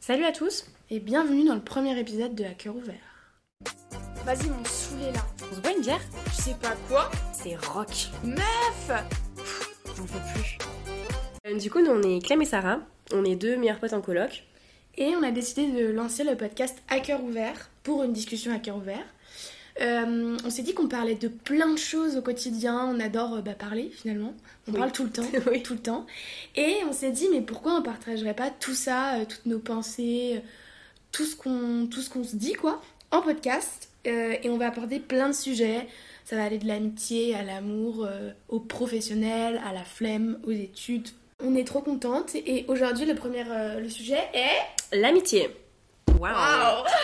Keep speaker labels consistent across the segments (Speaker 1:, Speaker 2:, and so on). Speaker 1: Salut à tous et bienvenue dans le premier épisode de Hacker ouvert.
Speaker 2: Vas-y, on me saoulait là.
Speaker 1: On se boit une bière
Speaker 2: Je sais pas quoi.
Speaker 1: C'est rock.
Speaker 2: Meuf
Speaker 1: J'en peux plus. Euh, Du coup, nous on est Clem et Sarah, on est deux meilleurs potes en coloc.
Speaker 2: Et on a décidé de lancer le podcast Hacker ouvert pour une discussion Hacker ouvert. Euh, on s'est dit qu'on parlait de plein de choses au quotidien. On adore euh, bah, parler finalement. On
Speaker 1: Oui.
Speaker 2: parle tout le temps,
Speaker 1: Oui.
Speaker 2: tout le temps. Et on s'est dit mais pourquoi on partagerait pas tout ça, euh, toutes nos pensées, euh, tout ce qu'on tout ce qu'on se dit quoi, en podcast. Euh, et on va aborder plein de sujets. Ça va aller de l'amitié à l'amour, euh, aux professionnels, à la flemme, aux études. On est trop contente. Et aujourd'hui le premier euh, le sujet est.
Speaker 1: L'amitié. Waouh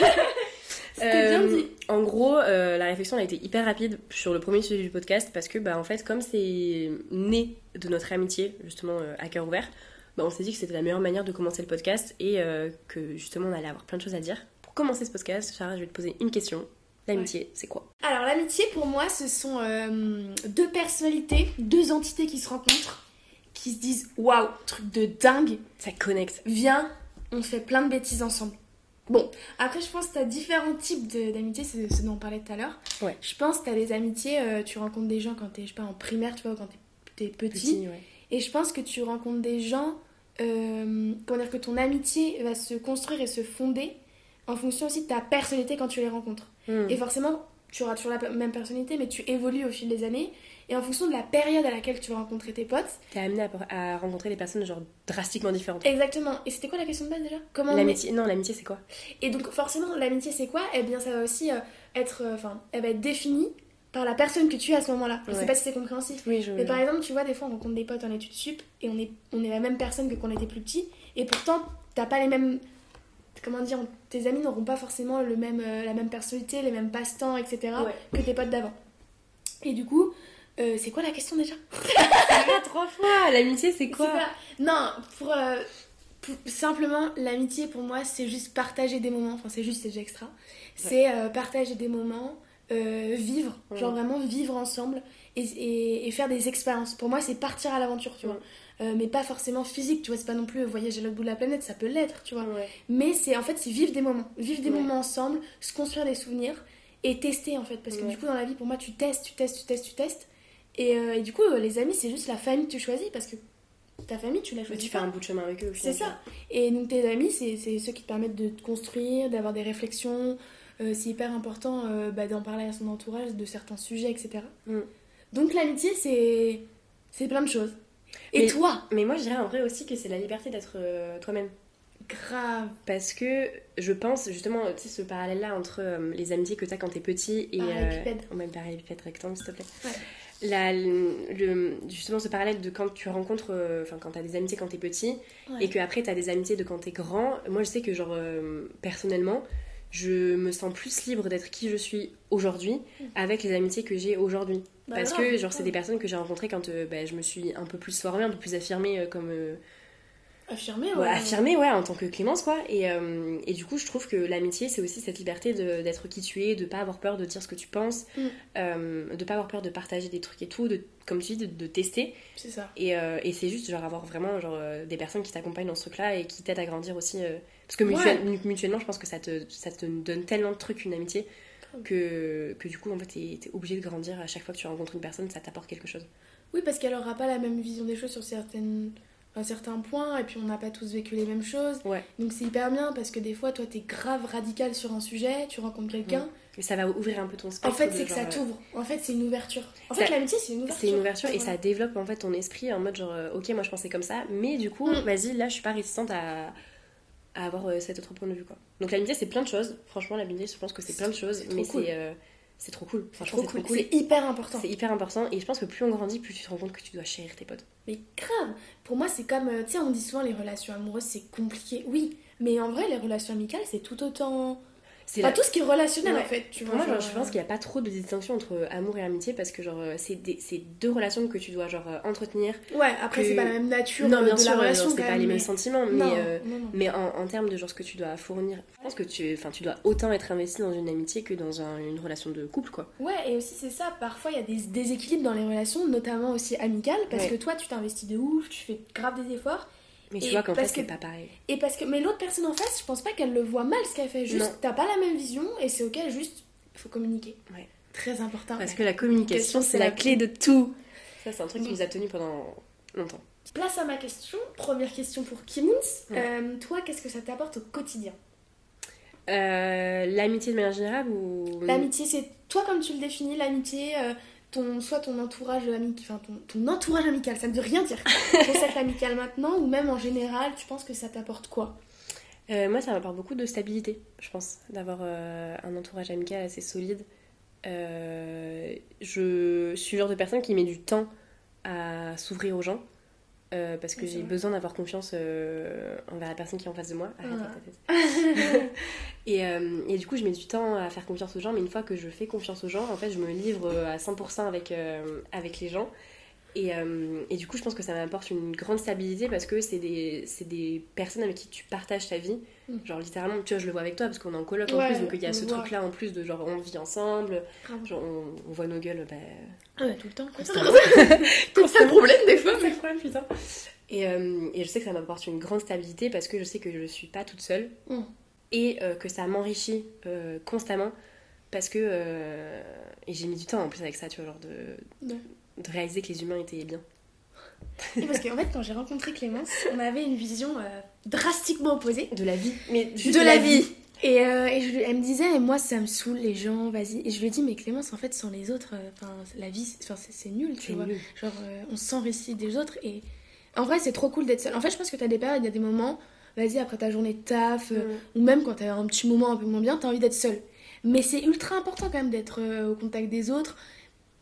Speaker 2: C'était bien
Speaker 1: Euh,
Speaker 2: dit.
Speaker 1: En gros, euh, la réflexion elle a été hyper rapide sur le premier sujet du podcast parce que, bah, en fait, comme c'est né de notre amitié, justement, euh, à cœur ouvert, bah, on s'est dit que c'était la meilleure manière de commencer le podcast et euh, que, justement, on allait avoir plein de choses à dire. Pour commencer ce podcast, Sarah, je vais te poser une question. L'amitié, c'est quoi
Speaker 2: Alors l'amitié pour moi ce sont euh, deux personnalités, deux entités qui se rencontrent, qui se disent waouh, truc de dingue,
Speaker 1: Ça connecte.
Speaker 2: viens, on fait plein de bêtises ensemble. Bon, après je pense que t'as différents types de- d'amitié, c'est ce dont on parlait tout à l'heure.
Speaker 1: Ouais.
Speaker 2: Je pense que t'as des amitiés, euh, tu rencontres des gens quand t'es, je sais pas, en primaire, tu vois, ou quand t'es- t'es petit.
Speaker 1: Petit, ouais.
Speaker 2: Et je pense que tu rencontres des gens, euh, comment dire, que ton amitié va se construire et se fonder en fonction aussi de ta personnalité quand tu les rencontres.
Speaker 1: Hmm.
Speaker 2: Et forcément, tu auras toujours la pe- même personnalité, mais tu évolues au fil des années. Et en fonction de la période à laquelle tu vas rencontrer tes potes.
Speaker 1: T'es amené à, à rencontrer des personnes, genre, drastiquement différentes.
Speaker 2: Exactement. Et c'était quoi la question de base déjà Comment on est-
Speaker 1: L'amitié, non, l'amitié, c'est quoi
Speaker 2: Et donc, forcément, l'amitié, c'est quoi Eh bien, ça va aussi euh, être. euh, Enfin, elle va être définie par la personne que tu es à ce moment-là. Je
Speaker 1: Ouais.
Speaker 2: sais pas si c'est compréhensif.
Speaker 1: Oui, je
Speaker 2: Mais par exemple, tu vois, des fois, on rencontre des potes en études sup et on est, on est la même personne que quand on était plus petit. Et pourtant, t'as pas les mêmes. Comment dire Tes amis n'auront pas forcément le même, euh, la même personnalité, les mêmes passe-temps, etc. que tes potes d'avant. Et du coup, euh, c'est quoi la question déjà
Speaker 1: trois fois L'amitié, c'est quoi
Speaker 2: C'est pas- Non, pour, euh, pour- simplement l'amitié pour moi c'est juste partager des moments. Enfin c'est juste c'est déjà extra. C'est euh, partager des moments, euh, vivre,
Speaker 1: Ouais.
Speaker 2: genre vraiment vivre ensemble et, et- et faire des expériences. Pour moi c'est partir à l'aventure, tu vois.
Speaker 1: Ouais.
Speaker 2: Euh, mais pas forcément physique, tu vois. C'est pas non plus voyager à l'autre bout de la planète, ça peut l'être, tu vois.
Speaker 1: Ouais.
Speaker 2: Mais c'est en fait c'est vivre des moments, vivre des
Speaker 1: Ouais.
Speaker 2: moments ensemble, se construire des souvenirs et tester en fait parce que
Speaker 1: Ouais.
Speaker 2: du coup dans la vie pour moi tu testes, tu testes, tu testes, tu testes et, euh, et du coup euh, les amis c'est juste la famille que tu choisis parce que ta famille tu l'as
Speaker 1: Mais tu
Speaker 2: choisie.
Speaker 1: fais
Speaker 2: pas.
Speaker 1: un bout de chemin avec eux. au
Speaker 2: C'est
Speaker 1: final,
Speaker 2: ça. Et donc tes amis c'est c'est ceux qui te permettent de te construire, d'avoir des réflexions. Euh, c'est hyper important euh, bah, d'en parler à son entourage de certains sujets etc.
Speaker 1: Mm.
Speaker 2: Donc l'amitié c'est c'est plein de choses. Et
Speaker 1: Mais-
Speaker 2: toi
Speaker 1: Mais moi, je dirais en vrai aussi que c'est la liberté d'être euh, toi-même.
Speaker 2: grave.
Speaker 1: Parce que je pense justement, tu sais, ce parallèle-là entre euh, les amitiés que t'as quand t'es petit et.
Speaker 2: Parallélépipède.
Speaker 1: euh, même parallélépipède rectangle, s'il te plaît.
Speaker 2: Ouais.
Speaker 1: La- le, justement, ce parallèle de quand tu rencontres. euh, Enfin, quand t'as des amitiés quand t'es petit
Speaker 2: Ouais.
Speaker 1: et que après t'as des amitiés de quand t'es grand. Moi, je sais que, genre, euh, personnellement, je me sens plus libre d'être qui je suis aujourd'hui avec les amitiés que j'ai aujourd'hui.
Speaker 2: Mm. Bah,
Speaker 1: Parce
Speaker 2: grave.
Speaker 1: que genre c'est des personnes que j'ai rencontrées quand euh, bah, je me suis un peu plus formée, un peu plus affirmée euh, comme euh,
Speaker 2: affirmé
Speaker 1: ouais, affirmée ouais en tant que Clémence quoi. Et, euh, et du coup je trouve que l'amitié c'est aussi cette liberté de- d'être qui tu es, de pas avoir peur de dire ce que tu penses,
Speaker 2: Mm.
Speaker 1: euh, de pas avoir peur de partager des trucs et tout, de comme tu dis de, de tester.
Speaker 2: C'est ça.
Speaker 1: Et, euh, et c'est juste genre avoir vraiment genre euh, des personnes qui t'accompagnent dans ce truc là et qui t'aident à grandir aussi. euh, parce que mutuel- mutuellement je pense que ça te, ça te donne tellement de trucs une amitié que, que du coup en fait t'es t'es obligé de grandir à chaque fois que tu rencontres une personne ça t'apporte quelque chose.
Speaker 2: Oui, parce qu'elle aura pas la même vision des choses sur certaines... un certain point, et puis on n'a pas tous vécu les mêmes choses.
Speaker 1: Ouais.
Speaker 2: Donc c'est hyper bien, parce que des fois, toi, t'es grave radical sur un sujet, tu rencontres quelqu'un.
Speaker 1: Mais ça va ouvrir un peu ton spectre.
Speaker 2: En fait,
Speaker 1: de
Speaker 2: c'est que
Speaker 1: genre,
Speaker 2: ça
Speaker 1: euh,
Speaker 2: t'ouvre. En fait, c'est une ouverture. En
Speaker 1: Ça-
Speaker 2: fait, l'amitié, c'est une ouverture.
Speaker 1: C'est une ouverture et
Speaker 2: Voilà.
Speaker 1: ça développe en fait ton esprit en mode genre euh, ok moi je pensais comme ça mais du coup
Speaker 2: Mm.
Speaker 1: vas-y là je suis pas résistante à, à avoir euh, cet autre point de vue quoi. Donc l'amitié c'est plein de choses franchement l'amitié je pense que c'est
Speaker 2: C'est
Speaker 1: plein de choses
Speaker 2: trop
Speaker 1: mais
Speaker 2: cool.
Speaker 1: c'est euh, c'est trop cool
Speaker 2: C'est
Speaker 1: franchement
Speaker 2: trop cool. C'est hyper important.
Speaker 1: C'est hyper important et je pense que plus on grandit plus tu te rends compte que tu dois chérir tes potes.
Speaker 2: Mais grave, pour moi c'est comme, euh, tu sais, on dit souvent les relations amoureuses c'est compliqué, oui, mais en vrai les relations amicales c'est tout autant...
Speaker 1: C'est
Speaker 2: Enfin
Speaker 1: la-
Speaker 2: tout ce qui est relationnel
Speaker 1: Ouais.
Speaker 2: en fait, tu
Speaker 1: Pour
Speaker 2: vois.
Speaker 1: moi, genre,
Speaker 2: genre, euh,
Speaker 1: je pense qu'il n'y a pas trop de distinction entre euh, amour et amitié parce que genre euh, c'est des- c'est deux relations que tu dois genre euh, entretenir.
Speaker 2: Ouais, après
Speaker 1: que-
Speaker 2: c'est pas la même nature euh,
Speaker 1: non, bien
Speaker 2: de
Speaker 1: sûr,
Speaker 2: la
Speaker 1: euh,
Speaker 2: relation
Speaker 1: genre, c'est
Speaker 2: quand
Speaker 1: pas
Speaker 2: même,
Speaker 1: les mêmes
Speaker 2: mais-
Speaker 1: sentiments,
Speaker 2: Non,
Speaker 1: mais euh,
Speaker 2: non, non.
Speaker 1: Mais en, en termes de genre ce que tu dois fournir, je pense que tu, enfin, tu dois autant être investi dans une amitié que dans un- une relation de couple, quoi.
Speaker 2: Ouais, et aussi c'est ça, parfois il y a des déséquilibres dans les relations, notamment aussi amicales, parce
Speaker 1: Ouais.
Speaker 2: que toi tu t'investis de ouf, tu fais grave des efforts,
Speaker 1: Mais tu
Speaker 2: Et
Speaker 1: vois qu'en fait,
Speaker 2: parce
Speaker 1: c'est
Speaker 2: que-
Speaker 1: pas pareil.
Speaker 2: Et parce que, mais l'autre personne en face, je pense pas qu'elle le voit mal ce qu'elle fait.
Speaker 1: Non.
Speaker 2: Juste, t'as pas la même vision et c'est ok, juste, faut communiquer.
Speaker 1: Ouais.
Speaker 2: Très important.
Speaker 1: Parce que la communication, c'est la clé de tout. Ça, c'est un truc qui nous a tenus pendant longtemps.
Speaker 2: Place à ma question. Première question pour Kimoons.
Speaker 1: Ouais.
Speaker 2: Euh, toi, qu'est-ce que ça t'apporte au quotidien
Speaker 1: Euh, L'amitié de manière générale ou.
Speaker 2: L'amitié, c'est toi comme tu le définis, l'amitié, euh, ton, soit ton entourage amical, enfin ton, ton entourage amical, ça ne veut rien dire. Ton cercle amical maintenant, ou même en général, tu penses que ça t'apporte quoi
Speaker 1: Euh, moi, ça m'apporte beaucoup de stabilité, je pense, d'avoir euh, un entourage amical assez solide. Euh, je suis le genre de personne qui met du temps à s'ouvrir aux gens euh, parce que
Speaker 2: Oui, c'est
Speaker 1: j'ai
Speaker 2: vrai.
Speaker 1: besoin d'avoir confiance euh, envers la personne qui est en face de moi. Arrête,
Speaker 2: Ah.
Speaker 1: arrête, arrête. Et, euh, et du coup, je mets du temps à faire confiance aux gens, mais une fois que je fais confiance aux gens, en fait, je me livre euh, à 100% avec, euh, avec les gens. Et, euh, et du coup, je pense que ça m'apporte une grande stabilité parce que c'est des, c'est des personnes avec qui tu partages ta vie.
Speaker 2: Mm.
Speaker 1: Genre, littéralement, tu vois, je le vois avec toi parce qu'on est en coloc en
Speaker 2: Ouais,
Speaker 1: plus, donc il y a
Speaker 2: on
Speaker 1: ce
Speaker 2: le voit.
Speaker 1: truc-là en plus de genre, on vit ensemble,
Speaker 2: Bravo.
Speaker 1: genre, on, on voit nos gueules, bah,
Speaker 2: Ah bah, tout le temps. quoi.
Speaker 1: Constamment.
Speaker 2: C'est le problème des fois.
Speaker 1: C'est le problème, putain. Et, euh, et je sais que ça m'apporte une grande stabilité parce que je sais que je ne suis pas toute seule
Speaker 2: Mm.
Speaker 1: et euh, que ça m'enrichit euh, constamment parce que. euh, et j'ai mis du temps en plus avec ça, tu vois, genre de,
Speaker 2: Ouais.
Speaker 1: de réaliser que les humains étaient bien.
Speaker 2: Et parce qu'en fait, quand j'ai rencontré Clémence, on avait une vision euh, drastiquement opposée
Speaker 1: De la vie. Mais
Speaker 2: de, la, vie. Et, euh, et je lui- elle me disait, et moi ça me saoule les gens, vas-y. Et je lui ai dit, mais Clémence, en fait, sans les autres, euh, enfin, la vie, c'est- enfin, c'est c'est nul, tu
Speaker 1: C'est
Speaker 2: vois.
Speaker 1: nul.
Speaker 2: Genre, euh, on s'enrichit des autres et en vrai, c'est trop cool d'être seule. En fait, je pense que t'as des périodes, il y a des moments, vas-y, après ta journée de taf, euh,
Speaker 1: Mm.
Speaker 2: ou même quand t'as un petit moment un peu moins bien, t'as envie d'être seule. Mais c'est ultra important quand même d'être euh, au contact des autres.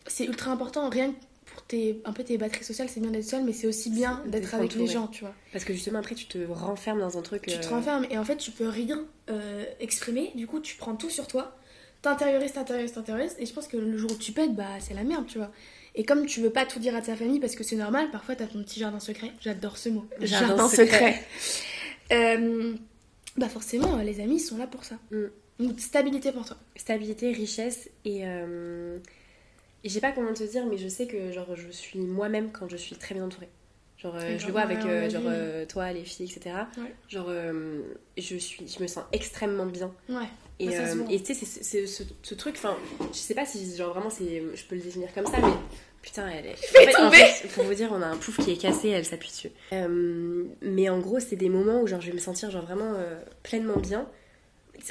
Speaker 2: C'est ultra important, rien que pour tes, un peu tes batteries sociales, c'est bien d'être seule, mais c'est aussi bien
Speaker 1: C'est
Speaker 2: d'être
Speaker 1: d'être
Speaker 2: avec les
Speaker 1: entourée.
Speaker 2: gens, tu vois.
Speaker 1: Parce que justement, après, tu te renfermes dans un truc.
Speaker 2: Tu te
Speaker 1: euh,
Speaker 2: renfermes et en fait, tu peux rien euh, exprimer, du coup, tu prends tout sur toi, t'intériorises, t'intériorises, t'intériorises, et je pense que le jour où tu pètes, bah c'est la merde, tu vois. Et comme tu veux pas tout dire à ta famille parce que c'est normal, parfois t'as ton petit jardin secret. J'adore ce mot.
Speaker 1: Jardin secret.
Speaker 2: Euh, bah forcément, les amis ils sont là pour ça.
Speaker 1: Mm.
Speaker 2: Donc stabilité pour toi.
Speaker 1: stabilité, richesse et, euh, et je sais pas comment te dire, mais je sais que genre je suis moi-même quand je suis très bien entourée. Genre, euh,
Speaker 2: Ouais,
Speaker 1: je
Speaker 2: genre,
Speaker 1: le vois
Speaker 2: ouais,
Speaker 1: avec
Speaker 2: on
Speaker 1: euh,
Speaker 2: l'a
Speaker 1: genre
Speaker 2: vu.
Speaker 1: euh, toi, les filles, etc.
Speaker 2: Ouais.
Speaker 1: Genre, euh, je suis, je me sens extrêmement bien.
Speaker 2: Ouais.
Speaker 1: Et
Speaker 2: Ouais, ça se
Speaker 1: euh,
Speaker 2: voit.
Speaker 1: et tu sais, c'est- c'est ce, ce truc, enfin, je sais pas si genre vraiment c'est, je peux le définir comme ça, mais putain, elle est. En fait, en
Speaker 2: tomber.
Speaker 1: fait, pour vous dire, on a un pouf qui est cassé, elle s'appuie dessus. Euh, mais en gros, c'est des moments où genre je vais me sentir genre vraiment euh, pleinement bien.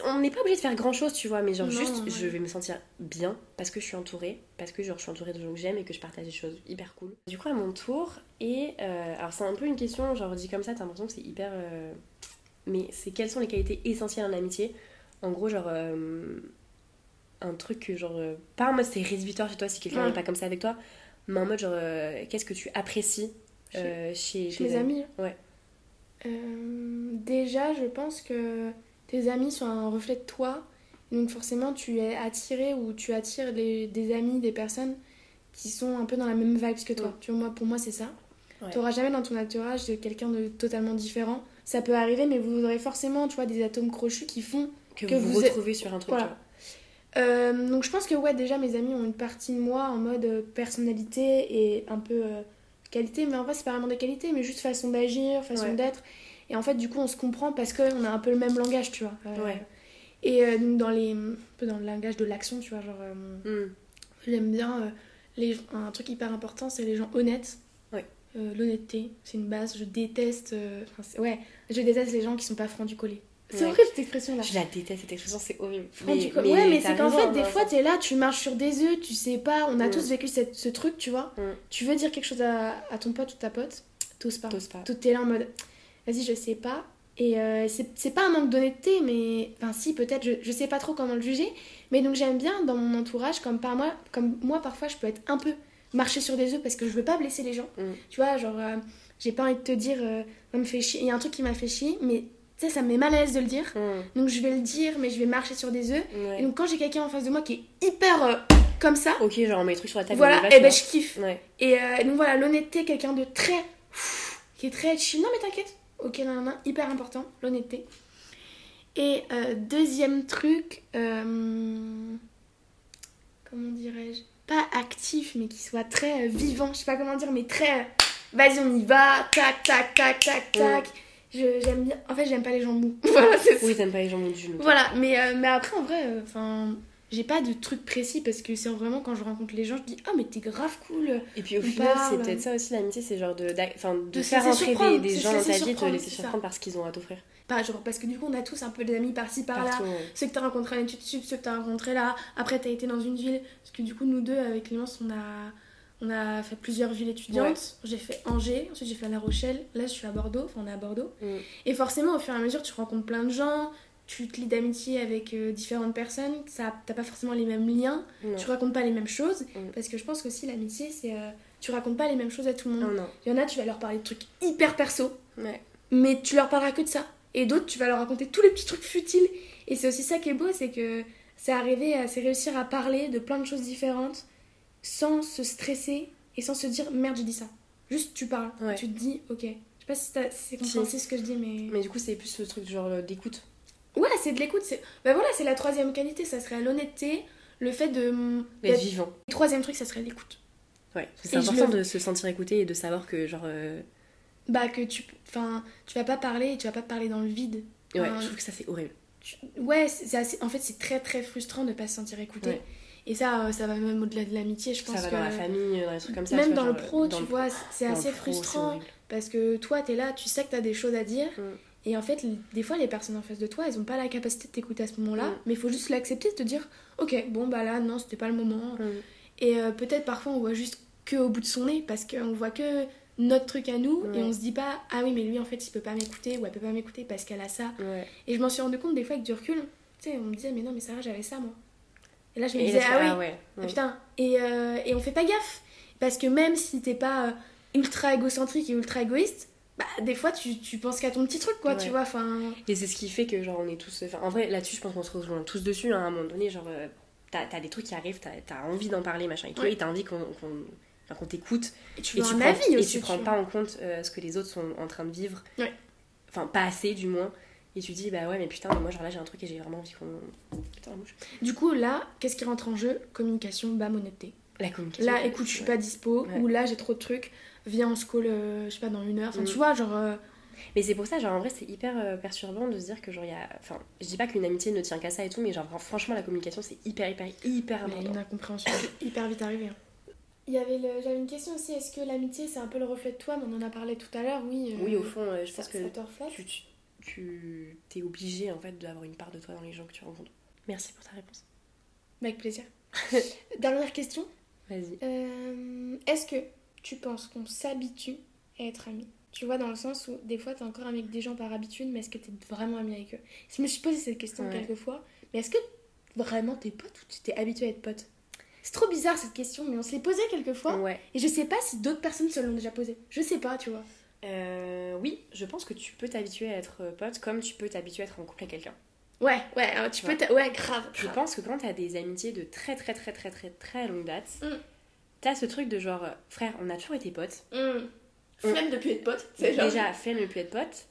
Speaker 1: On n'est pas obligé de faire grand chose, tu vois, mais genre
Speaker 2: Non,
Speaker 1: juste,
Speaker 2: ouais.
Speaker 1: je vais me sentir bien parce que je suis entourée, parce que genre je suis entourée de gens que j'aime et que je partage des choses hyper cool. Du coup, à mon tour, et euh, alors c'est un peu une question, genre dit comme ça, t'as l'impression que c'est hyper. euh, mais c'est quelles sont les qualités essentielles en amitié En gros, genre. euh, un truc que, genre. euh, pas en mode c'est rédhibitoire chez toi si quelqu'un
Speaker 2: Ouais.
Speaker 1: n'est pas comme ça avec toi, mais en mode, genre, euh, qu'est-ce que tu apprécies euh, chez,
Speaker 2: Chez
Speaker 1: tes
Speaker 2: mes amis.
Speaker 1: Ouais.
Speaker 2: Euh, déjà, je pense que tes amis sont un reflet de toi. Donc forcément, tu es attiré ou tu attires les- des amis, des personnes qui sont un peu dans la même vibe que toi.
Speaker 1: Ouais.
Speaker 2: Tu vois, moi, pour moi, c'est ça.
Speaker 1: Ouais.
Speaker 2: Tu n'auras jamais dans ton entourage de quelqu'un de totalement différent. Ça peut arriver, mais vous aurez forcément, tu vois, des atomes crochus qui font
Speaker 1: Que,
Speaker 2: que
Speaker 1: vous,
Speaker 2: vous êtes-
Speaker 1: retrouvez sur un truc.
Speaker 2: Voilà. Euh, donc je pense que ouais déjà mes amis ont une partie de moi en mode euh, personnalité et un peu euh, qualité mais en fait c'est pas vraiment des qualités mais juste façon d'agir façon
Speaker 1: Ouais.
Speaker 2: d'être et en fait du coup on se comprend parce qu'on a un peu le même langage tu vois Euh,
Speaker 1: Ouais.
Speaker 2: et euh, donc dans les un peu dans le langage de l'action tu vois genre euh,
Speaker 1: tu vois. Mm.
Speaker 2: j'aime bien euh, les un truc hyper important c'est les gens honnêtes
Speaker 1: Ouais.
Speaker 2: Euh, l'honnêteté c'est une base je déteste euh, enfin, c'est- ouais je déteste les gens qui sont pas francs du collier c'est
Speaker 1: Ouais.
Speaker 2: horrible cette expression là
Speaker 1: Je la déteste, cette expression, c'est horrible.
Speaker 2: Franck, tu co- ouais, mais
Speaker 1: t'as
Speaker 2: c'est qu'en
Speaker 1: raison,
Speaker 2: fait, des
Speaker 1: hein,
Speaker 2: fois, t'es là, tu marches sur des œufs, tu sais pas, on a
Speaker 1: Mm.
Speaker 2: tous vécu cette- ce truc, tu vois.
Speaker 1: Mm.
Speaker 2: Tu veux dire quelque chose à, à ton pote ou ta pote, t'oses pas.
Speaker 1: t'oses pas.
Speaker 2: Tout t'es là en mode, vas-y, je sais pas. Et euh, c'est c'est pas un manque d'honnêteté, mais. Enfin, si, peut-être, je, je sais pas trop comment le juger. Mais donc, j'aime bien dans mon entourage, comme, par moi, comme moi, parfois, je peux être un peu marcher sur des œufs parce que je veux pas blesser les gens.
Speaker 1: Mm.
Speaker 2: Tu vois, genre, euh, j'ai pas envie de te dire, euh, ça me fait chier. Il y a un truc qui m'a fait chier, mais tu sais, ça me met mal à l'aise de le dire.
Speaker 1: Mm.
Speaker 2: Donc, je vais le dire, mais je vais marcher sur des œufs.
Speaker 1: Ouais.
Speaker 2: Et donc quand j'ai quelqu'un en face de moi qui est hyper euh, comme ça,
Speaker 1: Ok, genre on met les trucs sur la table.
Speaker 2: voilà,
Speaker 1: on y va,
Speaker 2: et
Speaker 1: tu
Speaker 2: ben
Speaker 1: vois.
Speaker 2: je kiffe.
Speaker 1: Ouais.
Speaker 2: Et euh, donc voilà, l'honnêteté, quelqu'un de très... qui est très chill. Non mais t'inquiète, ok, nan, nan, nan, hyper important, l'honnêteté. Et euh, deuxième truc, euh, comment dirais-je Pas actif, mais qui soit très euh, vivant, je sais pas comment dire, mais très... euh, vas-y, on y va, tac, tac, tac, tac, tac. Je- J'aime bien. En fait, j'aime pas les gens mous. voilà, c'est ça.
Speaker 1: Oui, t'aimes pas les gens mous du genou.
Speaker 2: Voilà, mais, euh, mais après, en vrai, euh, enfin. J'ai pas de truc précis parce que c'est vraiment quand je rencontre les gens, je dis Ah, mais t'es grave cool
Speaker 1: Et puis au
Speaker 2: On
Speaker 1: final, c'est
Speaker 2: parle.
Speaker 1: peut-être ça aussi l'amitié, c'est genre de, d'a- enfin, de,
Speaker 2: Bah, De se
Speaker 1: faire
Speaker 2: laisser
Speaker 1: entrer des,
Speaker 2: surprendre,
Speaker 1: des
Speaker 2: de se
Speaker 1: gens dans
Speaker 2: laisser
Speaker 1: ta vie, te
Speaker 2: surprendre,
Speaker 1: laisser
Speaker 2: c'est ça.
Speaker 1: surprendre par ce qu'ils ont à t'offrir.
Speaker 2: Pas genre, Parce que du coup, on a tous un peu des amis par-ci par-là.
Speaker 1: Partout. euh, ouais.
Speaker 2: Ceux que t'as rencontré à l'étude sup, ceux que t'as rencontré là. Après, t'as été dans une ville. Parce que du coup, nous deux, avec Clémence, on a, on a fait plusieurs villes étudiantes. J'ai fait Angers, ensuite j'ai fait La Rochelle. Là, je suis à Bordeaux. Enfin, on est à Bordeaux.
Speaker 1: Mm.
Speaker 2: Et forcément, au fur et à mesure, tu rencontres plein de gens. Tu te lis d'amitié avec euh, différentes personnes. Ça- T'as pas forcément les mêmes liens.
Speaker 1: Non.
Speaker 2: Tu racontes pas les mêmes choses.
Speaker 1: Mm.
Speaker 2: Parce que je pense qu'aussi, l'amitié, c'est. euh, tu racontes pas les mêmes choses à tout le
Speaker 1: Non,
Speaker 2: monde.
Speaker 1: non.
Speaker 2: Il y en a, tu vas leur parler de trucs hyper perso
Speaker 1: Mm. Ouais.
Speaker 2: mais tu leur parleras que de ça. Et d'autres, tu vas leur raconter tous les petits trucs futiles. Et c'est aussi ça qui est beau, c'est que c'est arriver, à- c'est réussir à parler de plein de choses différentes sans se stresser et sans se dire merde, j'ai dit ça. Juste tu parles,
Speaker 1: Ouais. Mm.
Speaker 2: tu te dis ok. Je sais pas si t'as- c'est compréhensible ce que je dis, mais.
Speaker 1: Mais du coup, c'est plus le truc genre euh, d'écoute.
Speaker 2: Ouais, c'est de l'écoute. c'est- Bah voilà, c'est la troisième qualité, ça serait l'honnêteté, le fait de.
Speaker 1: D'être
Speaker 2: d'être-
Speaker 1: vivant.
Speaker 2: Le troisième truc, ça serait l'écoute.
Speaker 1: Ouais. Parce que
Speaker 2: Et
Speaker 1: C'est
Speaker 2: je
Speaker 1: important
Speaker 2: le-
Speaker 1: de se sentir écouté et de savoir que genre. euh,
Speaker 2: Bah que tu. Enfin, tu vas pas parler et tu vas pas parler dans le vide.
Speaker 1: Ouais,
Speaker 2: Enfin,
Speaker 1: je trouve que ça c'est horrible.
Speaker 2: Tu- Ouais, c'est c'est assez- en fait, c'est très très frustrant de pas se sentir écouté.
Speaker 1: Ouais.
Speaker 2: Et ça, euh, ça va même au-delà de l'amitié, je pense.
Speaker 1: Ça va
Speaker 2: que
Speaker 1: dans la famille, dans les trucs comme ça.
Speaker 2: Même
Speaker 1: tu vois,
Speaker 2: dans le
Speaker 1: genre, euh,
Speaker 2: pro,
Speaker 1: dans
Speaker 2: tu
Speaker 1: le-
Speaker 2: vois, c'est- c'est
Speaker 1: dans le
Speaker 2: assez
Speaker 1: pro, c'est
Speaker 2: frustrant
Speaker 1: horrible.
Speaker 2: parce que toi, t'es là, tu sais que t'as des choses à dire.
Speaker 1: Mm.
Speaker 2: Et en fait, l- des fois, les personnes en face de toi, elles ont pas la capacité de t'écouter à ce moment-là,
Speaker 1: Mm.
Speaker 2: mais il faut juste l'accepter, de te dire, ok, bon, bah là, non, c'était pas le moment.
Speaker 1: Mm.
Speaker 2: Et euh, peut-être parfois, on voit juste que au bout de son nez parce qu'on voit que notre truc à nous et
Speaker 1: Ouais.
Speaker 2: on se dit pas, ah oui, mais lui, en fait, il peut pas m'écouter ou elle peut pas m'écouter parce qu'elle a ça.
Speaker 1: Ouais.
Speaker 2: Et je m'en suis rendu compte des fois avec du recul. Tu sais, on me disait, mais non, mais Sarah, j'avais ça, moi. Et là, je me
Speaker 1: Et
Speaker 2: disais,
Speaker 1: là,
Speaker 2: ah oui,
Speaker 1: ah ouais.
Speaker 2: ah,
Speaker 1: ouais.
Speaker 2: putain. Et, euh, et on fait pas gaffe. Parce que même si t'es pas euh, ultra égocentrique et ultra égoïste, bah, des fois, tu, tu penses qu'à ton petit truc, quoi,
Speaker 1: Ouais.
Speaker 2: tu vois. Enfin,
Speaker 1: Et c'est ce qui fait que, genre, on est tous. Enfin, en vrai, là-dessus, je pense qu'on se rejoint tous dessus. hein, à un moment donné, genre, euh, t'as t'as des trucs qui arrivent, t'as t'as envie d'en parler, machin et tout,
Speaker 2: Ouais.
Speaker 1: et t'as envie qu'on qu'on- enfin, qu'on t'écoute.
Speaker 2: et tu
Speaker 1: Et
Speaker 2: veux
Speaker 1: tu
Speaker 2: un
Speaker 1: prends,
Speaker 2: avis
Speaker 1: et
Speaker 2: aussi.
Speaker 1: tu prends
Speaker 2: vois.
Speaker 1: pas en compte euh, ce que les autres sont en train de vivre.
Speaker 2: Ouais.
Speaker 1: Enfin, pas assez, du moins. Et tu dis, bah ouais, mais putain, mais moi, genre là, j'ai un truc et j'ai vraiment envie qu'on. Putain, la mouche.
Speaker 2: Du coup, là, qu'est-ce qui rentre en jeu Communication, bah, bam, honnêteté.
Speaker 1: La communication.
Speaker 2: Là, écoute, je suis
Speaker 1: Ouais.
Speaker 2: pas dispo,
Speaker 1: Ouais.
Speaker 2: ou là, j'ai trop de trucs, viens, on se colle, euh, je sais pas, dans une heure. Enfin,
Speaker 1: Mm.
Speaker 2: tu vois, genre. euh,
Speaker 1: Mais c'est pour ça, genre en vrai, c'est hyper euh, perturbant de se dire que genre il y a. Enfin, je dis pas qu'une amitié ne tient qu'à ça et tout, mais genre franchement, la communication c'est hyper, hyper, hyper
Speaker 2: Mais
Speaker 1: important.
Speaker 2: une incompréhension est hyper vite arrivée. hein. Il y avait le- J'avais une question aussi, est-ce que l'amitié c'est un peu le reflet de toi Mais On en a parlé tout à l'heure, oui. euh,
Speaker 1: Oui, au fond, euh, je
Speaker 2: ça,
Speaker 1: pense que
Speaker 2: ça te reflète.
Speaker 1: tu, tu, tu- t'es obligé en fait d'avoir une part de toi dans les gens que tu rencontres. Merci pour ta réponse.
Speaker 2: Mais Avec plaisir. Dernière question.
Speaker 1: Vas-y.
Speaker 2: euh, est-ce que tu penses qu'on s'habitue à être ami Tu vois, dans le sens où des fois t'es encore ami avec des gens par habitude, mais est-ce que t'es vraiment ami avec eux Je me suis posé cette question
Speaker 1: Ouais.
Speaker 2: quelques fois, mais est-ce que vraiment t'es pote ou tu t'es habitué à être pote C'est trop bizarre cette question, mais on se l'est posée quelques fois.
Speaker 1: ouais.
Speaker 2: Et je sais pas si d'autres personnes se l'ont déjà posée. Je sais pas, tu vois.
Speaker 1: Euh, oui, je pense que tu peux t'habituer à être euh, pote comme tu peux t'habituer à être en couple avec quelqu'un.
Speaker 2: Ouais, ouais, euh, tu peux.
Speaker 1: Ouais.
Speaker 2: t'a- Ouais, grave.
Speaker 1: Je
Speaker 2: grave.
Speaker 1: pense que quand t'as des amitiés de très très très très très très longue date,
Speaker 2: Mm.
Speaker 1: t'as ce truc de genre euh, frère, on a toujours été potes.
Speaker 2: Hmm. Flemme de plus être pote, c'est genre.
Speaker 1: Déjà, flemme de plus être pote.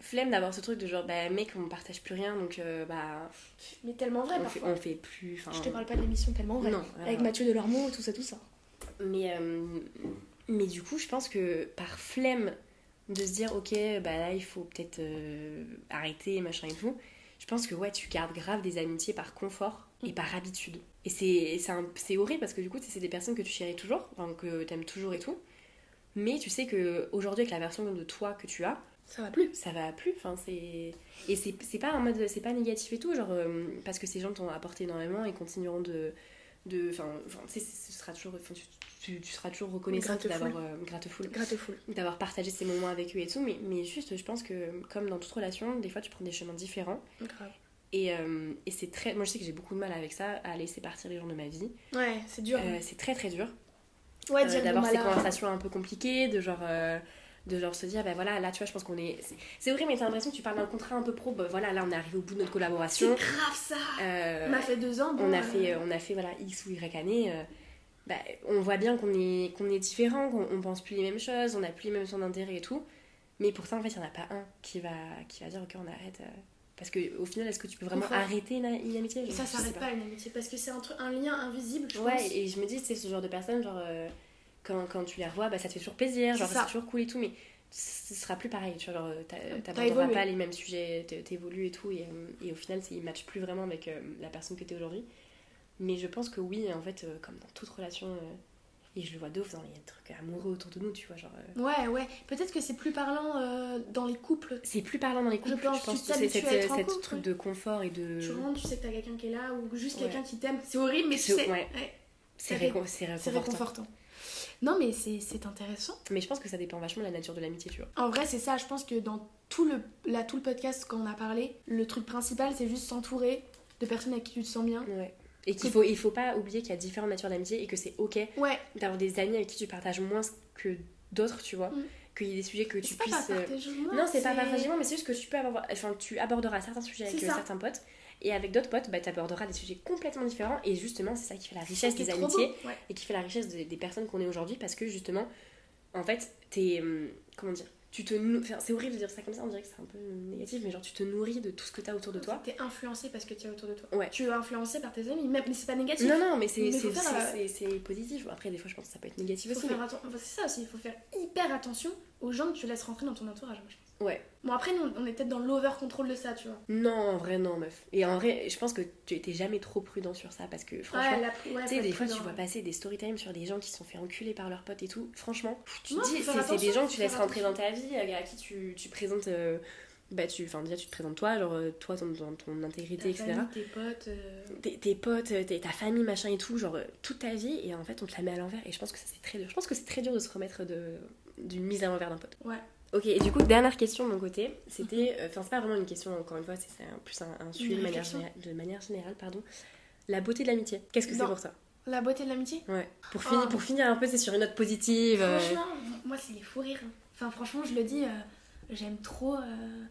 Speaker 1: Flemme d'avoir ce truc de genre, bah mec, on partage plus rien, donc euh, bah
Speaker 2: Mais tellement vrai
Speaker 1: on, fait,
Speaker 2: parfois.
Speaker 1: on fait plus. enfin,
Speaker 2: Je te parle pas de l'émission tellement vrai.
Speaker 1: Non,
Speaker 2: Avec
Speaker 1: euh,
Speaker 2: Mathieu Delormeau, tout ça, tout ça.
Speaker 1: mais, euh, mais du coup, je pense que par flemme de se dire, ok, bah là, il faut peut-être euh, arrêter, machin et tout, je pense que ouais, tu gardes grave des amitiés par confort et par habitude. Et c'est- c'est un- c'est horrible parce que du coup, c'est c'est des personnes que tu chéris toujours, enfin, que t'aimes toujours et tout. Mais tu sais que aujourd'hui avec la version de toi que tu as,
Speaker 2: Ça va plus.
Speaker 1: ça va plus enfin c'est et c'est c'est pas en mode c'est pas négatif et tout genre euh, parce que ces gens t'ont apporté énormément et continueront de de enfin enfin, tu sais c'est- ce sera toujours enfin, tu, tu- tu seras toujours reconnaissant
Speaker 2: Gratefoul.
Speaker 1: d'avoir euh, gratefoul,
Speaker 2: Grateful.
Speaker 1: d'avoir partagé ces moments avec eux et tout mais mais juste je pense que comme dans toute relation des fois tu prends des chemins différents
Speaker 2: Grave.
Speaker 1: et, euh, et c'est très moi je sais que j'ai beaucoup de mal avec ça à laisser partir les gens de ma vie
Speaker 2: Ouais, c'est dur.
Speaker 1: Euh, c'est très très dur
Speaker 2: ouais,
Speaker 1: euh,
Speaker 2: dire
Speaker 1: d'avoir
Speaker 2: bon,
Speaker 1: ces
Speaker 2: bah là,
Speaker 1: conversations un peu compliquées, de genre, euh, de genre se dire, bah voilà, là tu vois, je pense qu'on est. c'est- C'est horrible, mais t'as l'impression que tu parles d'un contrat un peu pro, bah voilà, là on est arrivé au bout de notre
Speaker 2: C'est
Speaker 1: collaboration.
Speaker 2: grave ça.
Speaker 1: Euh,
Speaker 2: On a fait deux ans. bon,
Speaker 1: on, a
Speaker 2: euh,
Speaker 1: fait, on a fait voilà, X ou Y années. euh, bah, on voit bien qu'on est, qu'on est différent, qu'on on pense plus les mêmes choses, on n'a plus les mêmes centres d'intérêt et tout. Mais pourtant, en fait, il n'y en a pas un qui va, qui va dire, ok, on arrête. euh, Parce qu'au final, est-ce que tu peux vraiment
Speaker 2: Enfin,
Speaker 1: arrêter une, une amitié
Speaker 2: Ça
Speaker 1: Je sais
Speaker 2: s'arrête pas une amitié parce que c'est entre un lien invisible, je
Speaker 1: Ouais,
Speaker 2: pense.
Speaker 1: et je me dis, c'est ce genre de personne, genre, euh, quand, quand tu les revois, bah, ça te fait toujours plaisir, genre
Speaker 2: C'est ça. Euh,
Speaker 1: c'est toujours cool et tout, mais ce sera plus pareil, tu vois, genre t'a- t'aborderas
Speaker 2: évolué.
Speaker 1: pas les mêmes sujets, t'é- t'évolues et tout, et, euh, et au final, c'est- ils matchent plus vraiment avec euh, la personne que t'es aujourd'hui. Mais je pense que oui, en fait, euh, comme dans toute relation, euh, et je le vois de ouf dans les trucs amoureux autour de nous, tu vois, genre... euh,
Speaker 2: Ouais, ouais. Peut-être que c'est plus parlant euh, dans les couples.
Speaker 1: c'est plus parlant dans les couples, je
Speaker 2: pense,
Speaker 1: pense,
Speaker 2: tu
Speaker 1: que c'est
Speaker 2: t'habitues
Speaker 1: cette,
Speaker 2: à être en
Speaker 1: cette
Speaker 2: couple,
Speaker 1: truc
Speaker 2: ouais.
Speaker 1: de confort et de...
Speaker 2: Tu rentres, tu sais que t'as quelqu'un qui est là ou juste
Speaker 1: Mm. Ouais.
Speaker 2: quelqu'un qui t'aime. C'est horrible, mais tu
Speaker 1: C'est-
Speaker 2: sais.
Speaker 1: ouais.
Speaker 2: ouais,
Speaker 1: C'est
Speaker 2: C'est
Speaker 1: récon- c'est
Speaker 2: c'est
Speaker 1: réconfortant.
Speaker 2: réconfortant. Non, mais c'est c'est intéressant.
Speaker 1: Mais je pense que ça dépend vachement de la nature de l'amitié, tu vois.
Speaker 2: En vrai, c'est ça. Je pense que dans tout le, là, tout le podcast qu'on a parlé, le truc principal, c'est juste s'entourer de personnes avec qui tu te sens bien.
Speaker 1: Ouais. Et qu'il faut, il faut pas oublier qu'il y a différentes natures d'amitié et que c'est ok
Speaker 2: Ouais,
Speaker 1: d'avoir des amis avec qui tu partages moins que d'autres, tu vois.
Speaker 2: Mm.
Speaker 1: Qu'il y ait des sujets que
Speaker 2: mais
Speaker 1: tu
Speaker 2: c'est pas
Speaker 1: puisses. euh,
Speaker 2: partager.
Speaker 1: Non, c'est pas partagement, mais c'est juste que tu peux avoir. Enfin, tu aborderas certains sujets avec
Speaker 2: C'est
Speaker 1: euh,
Speaker 2: ça.
Speaker 1: certains potes et avec d'autres potes, bah, tu aborderas des sujets complètement différents. Et justement, c'est ça qui fait la richesse des amitiés et qui fait la richesse des, des personnes qu'on est aujourd'hui parce que justement, en fait, t'es. hum, Comment dire tu te nou- enfin, c'est horrible de dire ça comme ça, on dirait que c'est un peu négatif, mais genre tu te nourris de tout ce que t'as autour de toi.
Speaker 2: T'es influencé parce que tu es autour de toi.
Speaker 1: Ouais.
Speaker 2: Tu es influencé par tes amis, même, mais c'est pas négatif.
Speaker 1: Non, non, mais c'est
Speaker 2: Mais faut
Speaker 1: c'est-
Speaker 2: faire,
Speaker 1: c'est- c'est- c'est positif. Après, des fois, je pense que ça peut être négatif
Speaker 2: Il faut
Speaker 1: aussi.
Speaker 2: faire atten- enfin, C'est ça aussi, il faut faire hyper attention aux gens que tu laisses rentrer dans ton entourage, moi, je pense.
Speaker 1: Ouais.
Speaker 2: Bon, après, nous, on est peut-être dans l'over-control de ça, tu vois.
Speaker 1: mais- Non, en vrai, non, meuf. Et en vrai, je pense que tu étais jamais trop prudent sur ça parce que franchement.
Speaker 2: Ouais, la... ouais,
Speaker 1: Tu sais,
Speaker 2: faut
Speaker 1: des
Speaker 2: être
Speaker 1: fois, tu
Speaker 2: prudent.
Speaker 1: vois passer des story time sur des gens qui se sont fait enculer par leurs potes et tout. Franchement, tu te
Speaker 2: Non, faut
Speaker 1: dis,
Speaker 2: faire
Speaker 1: c'est- c'est des
Speaker 2: attention,
Speaker 1: gens
Speaker 2: faut
Speaker 1: que tu
Speaker 2: faire
Speaker 1: laisses rentrer dans ta vie, euh, à qui tu, tu présentes. euh, bah, tu. Enfin, déjà, tu te présentes toi, genre, euh, toi, ton, ton, ton
Speaker 2: Ta
Speaker 1: intégrité, etc.
Speaker 2: famille, tes potes. euh,
Speaker 1: Tes, tes potes, euh, tes- ta famille, machin et tout, genre, euh, toute ta vie, et en fait, on te la met à l'envers. Et je pense que ça, c'est très dur. Je pense que c'est très dur de se remettre de- d'une mise à l'envers d'un pote.
Speaker 2: Ouais. Mhm.
Speaker 1: Ok, et du coup, dernière question de mon côté, c'était. euh, Enfin, c'est pas vraiment une question, encore une fois, c'est c'est un- plus un, un sujet de manière,
Speaker 2: réflexion.
Speaker 1: générale, de manière générale. pardon. La beauté de l'amitié, qu'est-ce que c'est
Speaker 2: Non.
Speaker 1: pour toi
Speaker 2: La beauté de l'amitié
Speaker 1: Ouais. Pour,
Speaker 2: Oh.
Speaker 1: finir, pour finir un peu, c'est sur une note positive. euh,
Speaker 2: Franchement, moi, c'est les fous rires. hein. Enfin, franchement, je le dis, euh, j'aime trop. euh,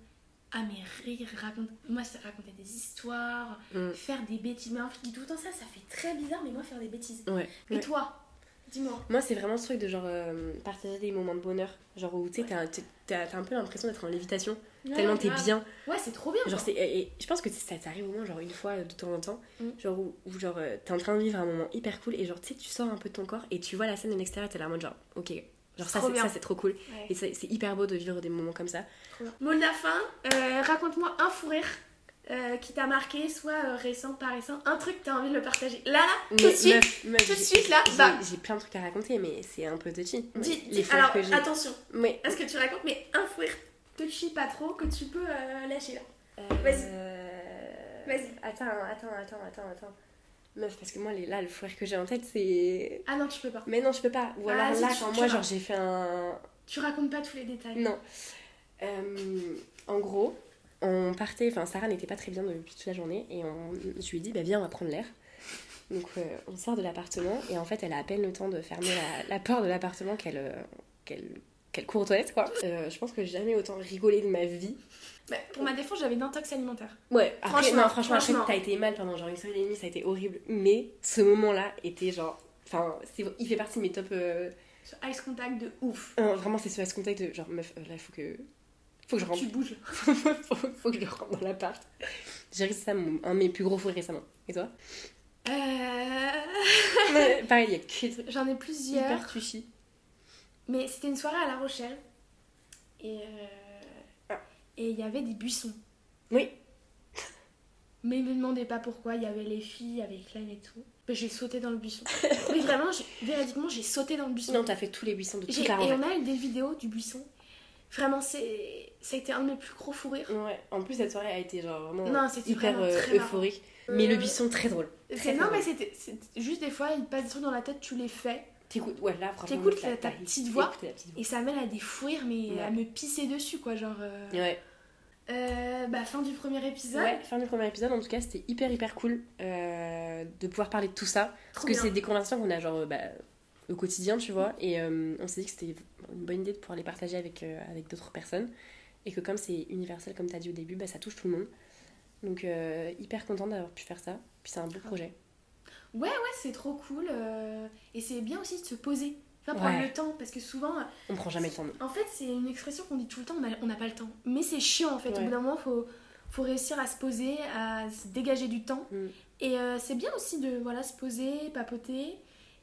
Speaker 2: Ah, mais rire, raconter. Moi, c'est raconter des histoires,
Speaker 1: Mm.
Speaker 2: faire des bêtises. Mais en fait, je dis tout le temps ça, ça fait très bizarre, mais moi, faire des bêtises.
Speaker 1: Ouais.
Speaker 2: Et
Speaker 1: Ouais.
Speaker 2: toi Dis-moi.
Speaker 1: Moi, c'est vraiment ce truc de genre euh, partager des moments de bonheur. Genre où tu sais, t'as- t'es- t'as t'as un peu l'impression d'être en lévitation, tellement
Speaker 2: Ouais,
Speaker 1: t'es
Speaker 2: grave.
Speaker 1: bien.
Speaker 2: Ouais, c'est trop bien.
Speaker 1: Genre,
Speaker 2: quoi.
Speaker 1: c'est- et, et je pense que ça t'arrive au moins genre une fois euh, de temps en temps,
Speaker 2: Mm.
Speaker 1: genre où, où, genre euh, t'es en train de vivre un moment hyper cool et genre tu sais, tu sors un peu de ton corps et tu vois la scène de l'extérieur et t'es là en mode genre, ok, genre ça,
Speaker 2: Trop
Speaker 1: c'est-
Speaker 2: bien.
Speaker 1: ça c'est trop cool.
Speaker 2: Ouais.
Speaker 1: Et c'est c'est hyper beau de vivre des moments comme ça.
Speaker 2: Mot de la fin, euh, raconte-moi un fou rire euh, qui t'a marqué, soit euh, récent, pas récent, un truc que t'as envie de le partager. Là, là, tout de
Speaker 1: Mais
Speaker 2: suite,
Speaker 1: meuf, meuf,
Speaker 2: tout de
Speaker 1: j'ai-
Speaker 2: suite, là,
Speaker 1: j'ai-
Speaker 2: bah,
Speaker 1: J'ai plein de trucs à raconter, mais c'est un peu touchy.
Speaker 2: dis,
Speaker 1: Ouais,
Speaker 2: dis,
Speaker 1: fous
Speaker 2: alors
Speaker 1: que j'ai.
Speaker 2: attention
Speaker 1: Ouais.
Speaker 2: à ce que tu racontes, mais un fou rire que tu pas trop, que tu peux euh, lâcher là. Vas-y.
Speaker 1: Euh,
Speaker 2: Vas-y.
Speaker 1: Attends, attends, attends, attends, attends. Meuf, parce que moi, les- là, le fou rire que j'ai en tête, c'est.
Speaker 2: Ah non, tu peux pas.
Speaker 1: Mais non, je peux pas. Ou alors
Speaker 2: Bah, Vas-y,
Speaker 1: là,
Speaker 2: tu-
Speaker 1: quand
Speaker 2: tu
Speaker 1: moi,
Speaker 2: vas.
Speaker 1: genre, j'ai fait un.
Speaker 2: Tu racontes pas tous les détails.
Speaker 1: Non. Euh, en gros, on partait, enfin Sarah n'était pas très bien depuis toute la journée et on, je lui ai dit, bah, viens, on va prendre l'air. Donc euh, on sort de l'appartement et en fait elle a à peine le temps de fermer la, la porte de l'appartement qu'elle euh, qu'elle qu'elle court aux toilettes quoi. Euh, je pense que j'ai jamais autant rigolé de ma vie.
Speaker 2: Bah, pour ma défense, j'avais d'intox alimentaire.
Speaker 1: Ouais, après,
Speaker 2: Franchement,
Speaker 1: non, franchement, après,
Speaker 2: franchement.
Speaker 1: t'as été mal pendant genre une semaine et demie, ça a été horrible. Mais ce moment-là était genre. Enfin, c'est- il fait partie de mes top. euh,
Speaker 2: Ce ice contact de ouf.
Speaker 1: un- vraiment, c'est ce contact de genre, meuf, euh, là, faut que. Faut que je rentre.
Speaker 2: Tu bouges.
Speaker 1: faut, faut que je rentre dans l'appart. J'ai réussi ça, mon- un de mes plus gros rires récemment. Et toi
Speaker 2: Euh,
Speaker 1: Mais Pareil, il y a que des trucs
Speaker 2: J'en ai plusieurs.
Speaker 1: hyper touchy.
Speaker 2: Mais c'était une soirée à La Rochelle. Et euh, et il y avait des buissons.
Speaker 1: Ah. Oui.
Speaker 2: Mais me demandez pas pourquoi, il y avait les filles avec Klein et tout. Mais j'ai sauté dans le buisson. Mais vraiment, j'ai- véridiquement, j'ai sauté dans le buisson.
Speaker 1: Non, t'as fait tous les buissons de
Speaker 2: J'ai-
Speaker 1: toute
Speaker 2: et
Speaker 1: la
Speaker 2: on
Speaker 1: rentrée.
Speaker 2: a eu des vidéos du buisson. Vraiment, c'est ça a été un de mes plus gros fous rires.
Speaker 1: Ouais, en plus, cette soirée a été genre vraiment
Speaker 2: Non, c'était
Speaker 1: hyper
Speaker 2: vraiment
Speaker 1: euh,
Speaker 2: très marrant.
Speaker 1: euphorique. Mais le
Speaker 2: Euh,
Speaker 1: buisson, très drôle.
Speaker 2: c'est-
Speaker 1: très,
Speaker 2: non,
Speaker 1: très
Speaker 2: mais c'était c'est juste des fois, il te passe des trucs dans la tête, tu les fais.
Speaker 1: T'écoutes, ouais, là, franchement.
Speaker 2: T'écoutes
Speaker 1: t'as-
Speaker 2: la- ta
Speaker 1: t'as-
Speaker 2: petite voix.
Speaker 1: t'écoutes la petite voix.
Speaker 2: Et ça mène à des fous rires, mais
Speaker 1: Ouais.
Speaker 2: à me pisser dessus, quoi. Genre. euh,
Speaker 1: Ouais.
Speaker 2: euh, bah, fin du premier épisode.
Speaker 1: ouais, fin du premier épisode, en tout cas, c'était hyper hyper cool euh, de pouvoir parler de tout ça.
Speaker 2: Trop
Speaker 1: Parce que
Speaker 2: bien.
Speaker 1: c'est des conversations qu'on a genre euh, bah, au quotidien, tu vois. Et euh, on s'est dit que c'était une bonne idée de pouvoir les partager avec, euh, avec d'autres personnes. Et que comme c'est universel, comme tu as dit au début, bah, ça touche tout le monde. Donc euh, hyper contente d'avoir pu faire ça. Puis c'est un beau
Speaker 2: Ah.
Speaker 1: projet.
Speaker 2: Ouais, c'est trop cool. euh, et c'est bien aussi de se poser. Enfin, prendre
Speaker 1: Ouais.
Speaker 2: le temps. Parce que souvent, euh,
Speaker 1: On prend jamais le temps. nous.
Speaker 2: en fait, c'est une expression qu'on dit tout le temps, on a- on n'a pas le temps. Mais c'est chiant, en fait. Au
Speaker 1: Ouais.
Speaker 2: bout d'un moment, faut, faut réussir à se poser, à se dégager du temps.
Speaker 1: Mm.
Speaker 2: Et euh, c'est bien aussi de voilà, se poser, papoter.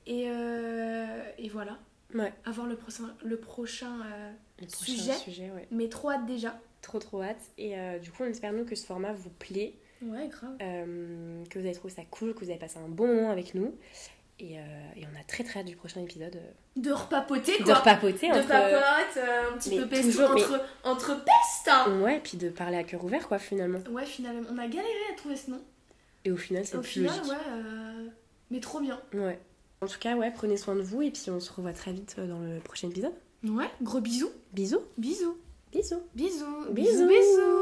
Speaker 2: Et, euh, et voilà.
Speaker 1: Ouais.
Speaker 2: avoir le prochain, le prochain euh,
Speaker 1: Le prochain
Speaker 2: Sujet.
Speaker 1: sujet ouais.
Speaker 2: mais trop hâte déjà.
Speaker 1: Trop trop hâte. Et euh, du coup, on espère nous que ce format vous plaît,
Speaker 2: Ouais, grave.
Speaker 1: euh, que vous avez trouvé ça cool, que vous avez passé un bon moment avec nous. Et, euh, et on a très très hâte du prochain épisode euh,
Speaker 2: De repapoter
Speaker 1: de
Speaker 2: quoi.
Speaker 1: repapoter
Speaker 2: De
Speaker 1: entre...
Speaker 2: papote, euh, un petit
Speaker 1: mais
Speaker 2: peu pesto
Speaker 1: toujours, mais-
Speaker 2: entre, entre pestes. hein.
Speaker 1: Ouais, puis de parler à cœur ouvert quoi finalement.
Speaker 2: Ouais, finalement, on a galéré à trouver ce nom.
Speaker 1: Et au final, c'est
Speaker 2: Au
Speaker 1: le plus
Speaker 2: final,
Speaker 1: logique.
Speaker 2: ouais, euh, mais trop bien.
Speaker 1: Ouais. En tout cas, ouais, prenez soin de vous et puis on se revoit très vite euh, dans le prochain épisode.
Speaker 2: Ouais, gros bisous.
Speaker 1: Bisous,
Speaker 2: Bisous.
Speaker 1: bisous.
Speaker 2: Bisous.
Speaker 1: Bisous.
Speaker 2: bisous.